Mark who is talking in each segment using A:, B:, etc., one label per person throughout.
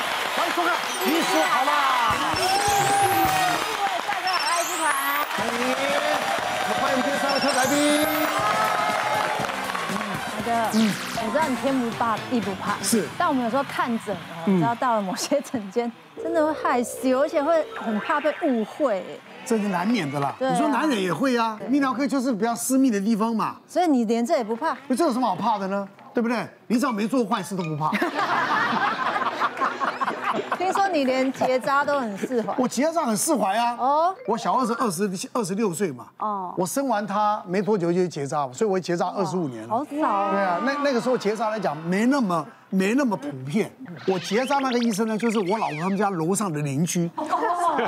A: 说看，你说好啦。
B: 大家好，爱之款。
A: 欢迎，我欢迎今天三位特来宾。
B: 好的，嗯，我知道你天不怕地不怕，
A: 是嗯
B: 但我们有时候看诊哦，你知道到了某些诊间，真的会害羞，而且会很怕被误会。
A: 这是难免的啦，
B: 对啊
A: 你说难免也会啊。泌尿科就是比较私密的地方嘛，
B: 所以你连这也不怕，
A: 那这有什么好怕的呢？对不对？你只要没做坏事都不 怕。
B: 听说你连结扎都很释怀。
A: 我结扎很释怀啊。
B: 哦
A: 哦，我小二是二十二十六岁嘛。哦
B: 哦，
A: 我生完他没多久就结扎，所以我结扎二十五年了。
B: 好早哦
A: 对啊，那那个时候结扎来讲没那么没那么普遍。我结扎那个医生呢，就是我老婆他们家楼上的邻居，
B: 哦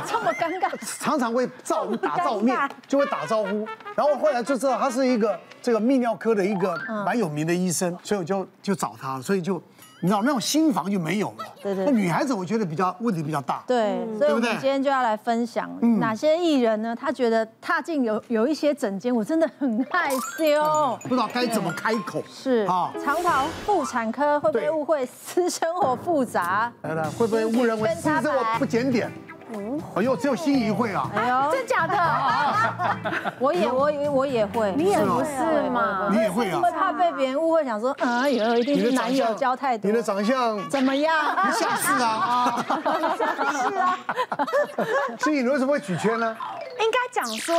B: 这么尴尬，
A: 常常会 照打照面
B: 尴尬，
A: 就会打招呼。然后我后来就知道他是一个这个泌尿科的一个
B: 嗯
A: 蛮有名的医生，所以我就就找他，所以就你知道那种心房就没有了。
B: 对对
A: 那女孩子我觉得比较问题比较大。
B: 对，所以
A: 嗯对不
B: 我们
A: 对嗯
B: 今天就要来分享哪些艺人呢？他觉得踏进有有一些诊间，我真的很害羞。
A: 不知道该怎么开口。
B: 是
A: 啊，
B: 常跑妇产科会被
A: 对
B: 误会私生活复杂。
A: 来来，会不会误认为是这我不检点？哎呦，只有心仪会啊！
B: 嗯哎呦，真假的？ 我也我也我也会，你也
A: 不
B: 是嘛
A: 你也会啊
B: 会？怕被别人误会，想说，嗯，有一定
A: 你
B: 是
A: 的
B: 男
A: 长
B: 友
A: 相
B: 交太多
A: 你，的长相
B: 怎 么样？
A: 下士啊！
B: 是啊，
A: 心仪，你为什么会举圈呢？
C: 应该讲说，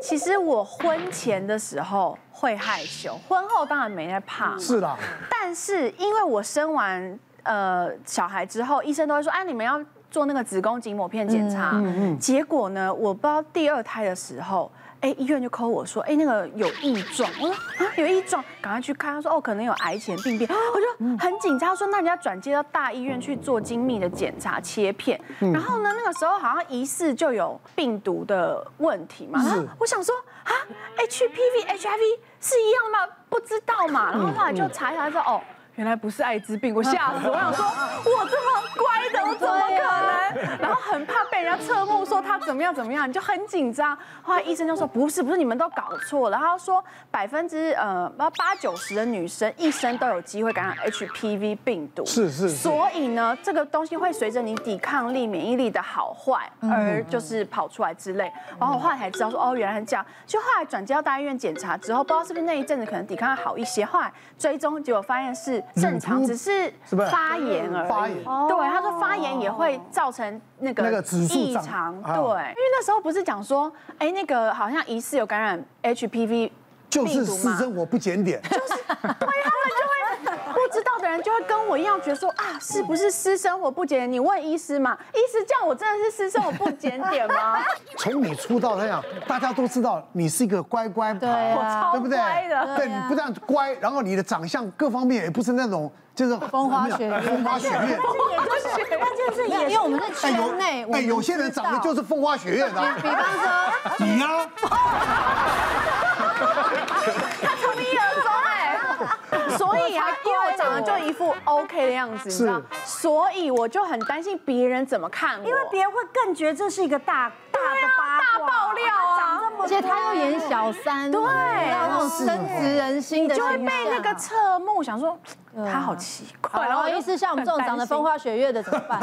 C: 其实我婚前的时候会害羞，婚后当然没在怕。
A: 是啦，
C: 但是因为我生完呃小孩之后，医生都会说，哎，你们要做那个子宫颈抹片检查。结果呢，我不知道第二胎的时候。哎，医院就 call 我说，哎，那个有异状，我说啊有异状，赶快去看。他说哦，可能有癌前病变，我就很紧张。他说那你要转接到大医院去做精密的检查切片。然后呢，那个时候好像疑似就有病毒的问题嘛。然后我想说啊，HPV、HIV 是一样吗？不知道嘛。然后后来就查一查，说哦。原来不是艾滋病，我吓死！我想说，我这么乖的，我怎么可能？然后很怕被人家侧目说他怎么样怎么样，你就很紧张。后来医生就说不是不是，你们都搞错了。他说百分之呃八九十的女生一生都有机会感染 HPV 病毒，
A: 是是是
C: 所以呢，这个东西会随着你抵抗力、免疫力的好坏而就是跑出来之类。然后我后来才知道说，哦，原来是这样。就后来转接到大医院检查之后，不知道是不是那一阵子可能抵抗力好一些，后来追踪结果发现是正
A: 乳
C: 常，
A: 突
C: 只是
A: 嗯是不是
C: 发炎而已。
A: 发炎
C: 对，他说发炎也会造成那个
A: 哦那个指数
C: 异
A: 涨
C: 常。
A: 啊
C: 对，因为那时候不是讲说，哎，那个好像疑似有感染 HPV
A: 就是
C: 病毒
A: 私
C: 嘛。
A: 生活不检点，
C: 不知道的人就会跟我一样，觉得说啊，是不是私生活不检点？你问医师嘛，医师叫我真的是私生活不检点 吗？
A: 从你出道来讲，大家都知道你是一个乖乖
B: 对
A: 牌，
B: 啊，
A: 对不对
C: 超乖的？
A: 对，
B: 对
A: 你
B: 啊
A: 不但乖，然后你的长相各方面也不是那种就是
B: 风花雪月
A: 风花雪月。
B: 关键是也，因为我们是圈内，我
A: 哎，
B: 们
A: 有些人长得就是风花雪月的啊
B: 比，方说，
A: 你呀，
C: 一而终 哎，所以啊，因为我长得就一副 OK 的样子，你知道，所以我就很担心别人怎么看我，
D: 因为别人会更觉得这是一个大大的八
C: 大啊
D: 卦，
C: 爆料啊，
B: 而且他又演小三，
C: 对
B: 然后那种深植人心的
C: 就
B: 形
C: 会
B: 象，
C: 被那个侧目想说嗯他好奇怪，
B: 然
C: 然后
B: 后
C: 我就
B: 意思像我们这种长 得风花雪月的怎么办？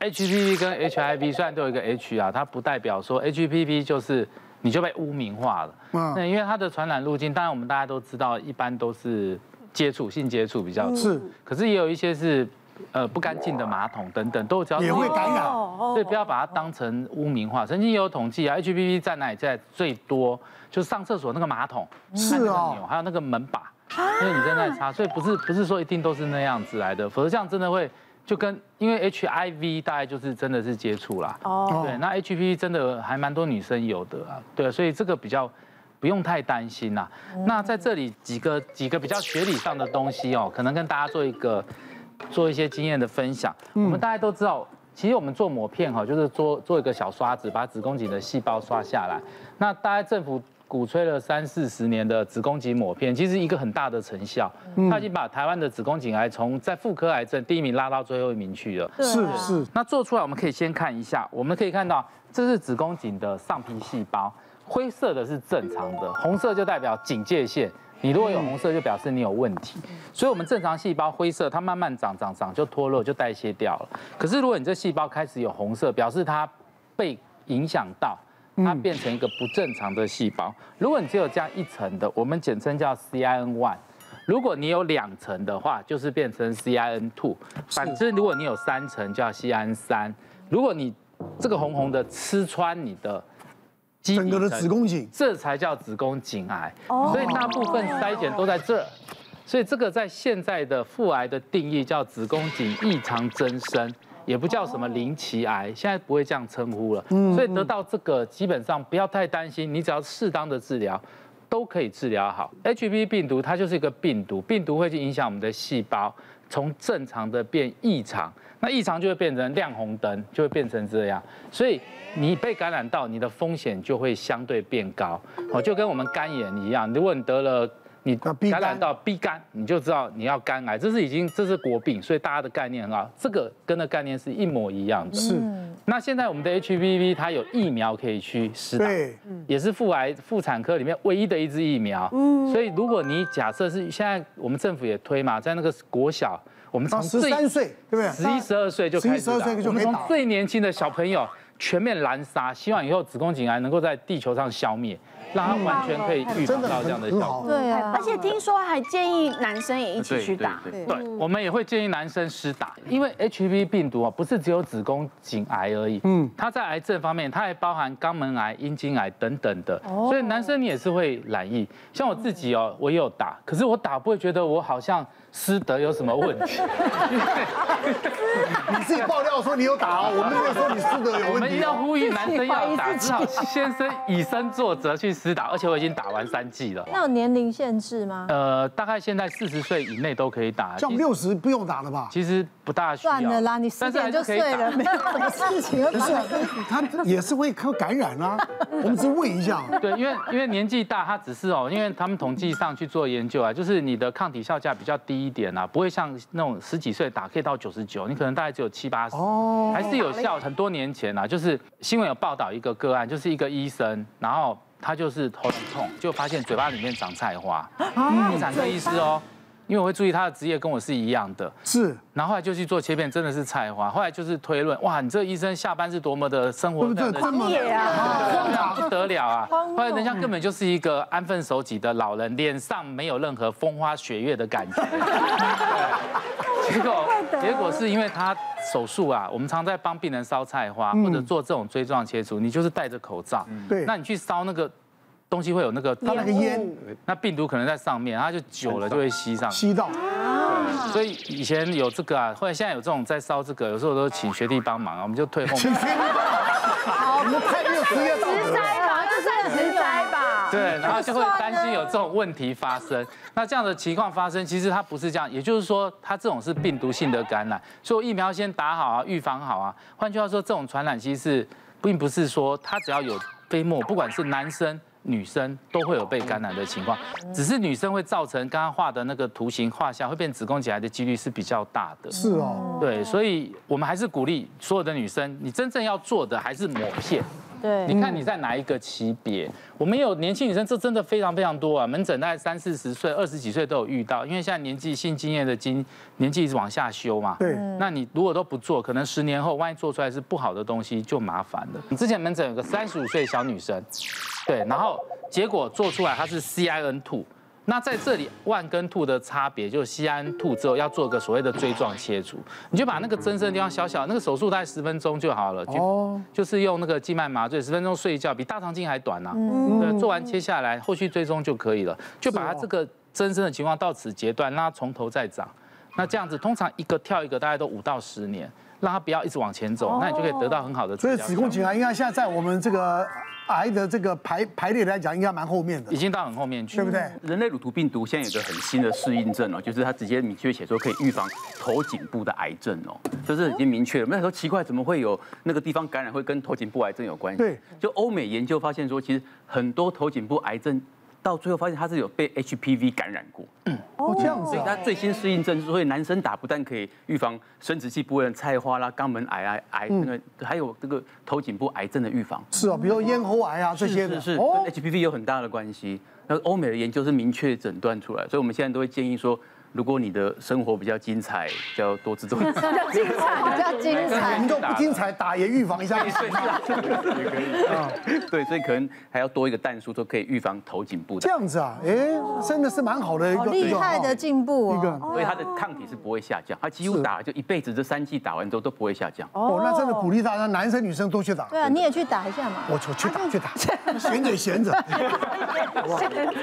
E: HPV 跟 HIV 虽然都有一个 H 啊，它不代表说 HPV 就是你就被污名化了。
A: 嗯
E: 那因为它的传染路径，当然我们大家都知道，一般都是接触性接触比较多
A: 嗯是，
E: 可是也有一些是呃不干净的马桶等等，都有只要
A: 也会感染。
E: 所以不要把它当成污名化。曾经也有统计啊，HPV 在哪里在最多？就是上厕所那个马桶，
A: 是
E: 按那个
A: 哦
E: 钮还有那个门把，因为你在那里擦，所以不是不是说一定都是那样子来的，否则这样真的会就跟因为 HIV 大概就是真的是接触啦。哦，对，那 HPV 真的还蛮多女生有的啊，对，所以这个比较。不用太担心啦、那在这里几个几个比较学理上的东西哦，可能跟大家做一个做一些经验的分享。我们大家都知道，其实我们做膜片哈，就是做做一个小刷子，把子宫颈的细胞刷下来。那大家政府鼓吹了三四十年的子宫颈抹片，其实一个很大的成效，它已经把台湾的子宫颈癌从在妇科癌症第一名拉到最后一名去了。
A: 是
B: 啊
A: 是，
E: 那做出来，我们可以先看一下，我们可以看到这是子宫颈的上皮细胞，灰色的是正常的，红色就代表警戒线，你如果有红色，就表示你有问题。所以我们正常细胞灰色，它慢慢长长长就脱落，就代谢掉了。可是如果你这细胞开始有红色，表示它被影响到。
A: 嗯
E: 它变成一个不正常的细胞。如果你只有这样一层的，我们简称叫 CIN one。如果你有两层的话，就是变成 CIN two。反之，如果你有三层，叫 CIN 三。如果你这个红红的吃穿你的基底
A: 整个的
E: 层
A: 子宫哦颈
E: 这才叫子宫颈癌。所以大部分筛检都在这儿。所以这个在现在的妇癌的定义叫子宫颈异常增生，也不叫什么鳞奇癌，现在不会这样称呼了。所以得到这个基本上不要太担心，你只要适当的治疗。都可以治疗好。HB 病毒它就是一个病毒，病毒会去影响我们的细胞，从正常的变异常，那异常就会变成亮红灯，就会变成这样。所以你被感染到，你的风险就会相对变高。哦，就跟我们肝炎一样，如果你得了。你
A: 啊，B
E: 感染
A: 肝
E: 到 B 肝，你就知道你要肝癌，这是已经这是国病，所以大家的概念很好，这个跟那概念是一模一样的。
A: 是，
E: 那现在我们的 HPV 它有疫苗可以去施打，
A: 对，
E: 也是妇癌妇产科里面唯一的一支疫苗。嗯，所以如果你假设是现在我们政府也推嘛，在那个国小，我们从
A: 到哦十三岁，对不对？
E: 十一十二岁就开始打，
A: 11 12岁就可
E: 我们
A: 以打
E: 从最年轻的小朋友全面拦杀，希望以后子宫颈癌能够在地球上消灭，让它完全可以预防
A: 真的
E: 到这样的
A: 很很
E: 效果
A: 好。。
B: 对啊，
C: 而且听说还建议男生也一起去打，
E: 对，
B: 嗯
E: 对我们也会建议男生施打，因为 HPV 病毒啊，不是只有子宫颈癌而已，嗯，它在癌症方面，它还包含肛门癌、阴茎癌等等的，所以男生你也是会染疫。像我自己哦，我也有打，可是我打不会觉得我好像私德有什么问题，
A: 你自己爆料说你有打哦，我们没有说你吃的有
E: 我
A: 问
E: 们一
A: 题
E: 定要
A: 哦。
E: 呼吁男生要打，
B: 自己
E: 只好先生以身作则去施打，而且我已经打完三剂了。
B: 那有年龄限制吗？
E: 呃，大概现在四十岁以内都可以打，
A: 像六十不用打了吧？
E: 其实不大需要。
B: 算了啦，你十
E: 但是还
B: 点
E: 是
B: 就
E: 可以
B: 睡
E: 打
B: 了，没有什么事 情要
A: 不是啊，他也是会感感染 啊。我们只是问一下，
E: 对，因为因为年纪大，它只是哦，因为他们统计上去做研究啊，就是你的抗体效价比较低一点啊，不会像那种十几岁打可以到九十九，你可能大概只有七八十，
A: 哦
E: 还是有效。很多年前啊，就是新闻有报道一个个案，就是一个医生，然后他就是喉咙痛，就发现嘴巴里面长菜花，
A: 啊
E: 妇产科医师哦，因为我会注意他的职业跟我是一样的，
A: 是
E: 然后后来就去做切片，真的是菜花。后来就是推论，哇，你这医生下班是多么的生活
A: 对不对？
E: 量的
A: 这么
C: 也啊，
E: 不得了啊！后来人家根本就是一个安分守己的老人，脸上没有任何风花雪月的感觉。对结果结果是因为他手术啊，我们常在帮病人烧菜花或者做这种锥状切除，你就是戴着口罩，
A: 对
E: 那你去烧那个东西会有那个，
A: 他那个嗯烟
E: 那病毒可能在上面，它就久了就会吸上去。
A: 吸到，
E: 所以以前有这个啊，后来现在有这种在烧这个，有时候都请学弟帮忙，我们就退后。
A: 请听。你们太没有职业道德了。
C: 摘
B: 啊
C: 吧，就算直摘吧。
E: 对，然后就会担心有这种问题发生。 那这样的情况发生，其实它不是这样，也就是说，它这种是病毒性的感染，所以疫苗先打好啊，预防好啊。换句话说，这种传染其实是并不是说它只要有飞沫，不管是男生。女生都会有被感染的情况，只是女生会造成刚刚画的那个图形画下会变子宫颈癌的几率是比较大的。
A: 是哦，
E: 对，所以我们还是鼓励所有的女生，你真正要做的还是抹片。
B: 对，
E: 你看你在哪一个级别？我们有年轻女生，这真的非常非常多啊，门诊大概三四十岁、二十几岁都有遇到，因为现在年纪性经验的经年纪一直往下修嘛。
A: 对
E: 那你如果都不做，可能十年后万一做出来是不好的东西，就麻烦了。你之前门诊有个三十五岁小女生，对，然后结果做出来它是 CIN two。那在这里万跟兔的差别，就是 CIN two 之后要做个所谓的锥状切除，你就把那个增生的地方小小，那个手术大概十分钟就好了，
A: 哦
E: 就就是用那个静脉麻醉，十分钟睡一觉，比大肠镜还短呐、对，做完切下来，后续追踪就可以了，就把它
A: 哦
E: 这个增生的情况到此截断，让它从头再长。那这样子，通常一个跳一个，大概都五到十年，让它不要一直往前走，那你就可以得到很好的治
A: 所
E: 疗
A: 以
E: 效果。
A: 子宫颈癌应该现在在我们这个癌的这个排排列来讲，应该蛮后面的
E: 已。经到很后面去，
A: 对不对？
F: 人类乳头病毒现在有个很新的适应症哦，就是它直接明确写说可以预防头颈部的癌症哦，这是已经明确了。那时候奇怪，怎么会有那个地方感染会跟头颈部癌症有关系？
A: 对，
F: 就欧美研究发现说，其实很多头颈部癌症到最后发现它是有被 HPV 感染过。
A: 哦，这样子
F: 所以
A: 啊，
F: 它最新适应症就是，所以男生打不但可以预防生殖器部位的菜花啦、肛门癌啊、癌那个，还有这个头颈部癌症的预防。
A: 是哦，比如咽喉癌啊这些
F: 是
A: 的。
F: 是是，
A: 哦
F: 跟，HPV 有很大的关系。那欧美的研究是明确诊断出来，所以我们现在都会建议说，如果你的生活比较精彩，比较多姿多姿，
B: 比较精彩
A: 哎你。都不精彩，打也预防一下。
F: 啊 对，所以可能还要多一个蛋数，都可以预防头颈部的
A: 这。样子啊，哎，真的是蛮好的一
B: 好
A: 个
B: 厉害的进步
A: 一个
B: 哦！
A: 哦，
F: 所以它的抗体是不会下降，它几乎
A: 是
F: 打了就一辈子，这三剂打完之后都不会下降。
A: 哦那真的鼓励大家，男生女生都去打。
B: 对啊，你也去打一下嘛。
A: 我去去打去打， 闲着闲着。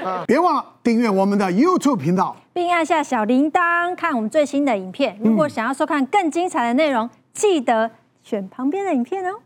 A: 啊别忘了订阅我们的 YouTube 频道。
G: 并按下小铃铛看我们
A: 嗯
G: 最新的影片。如果想要收看更精彩的内容，记得选旁边的影片哦。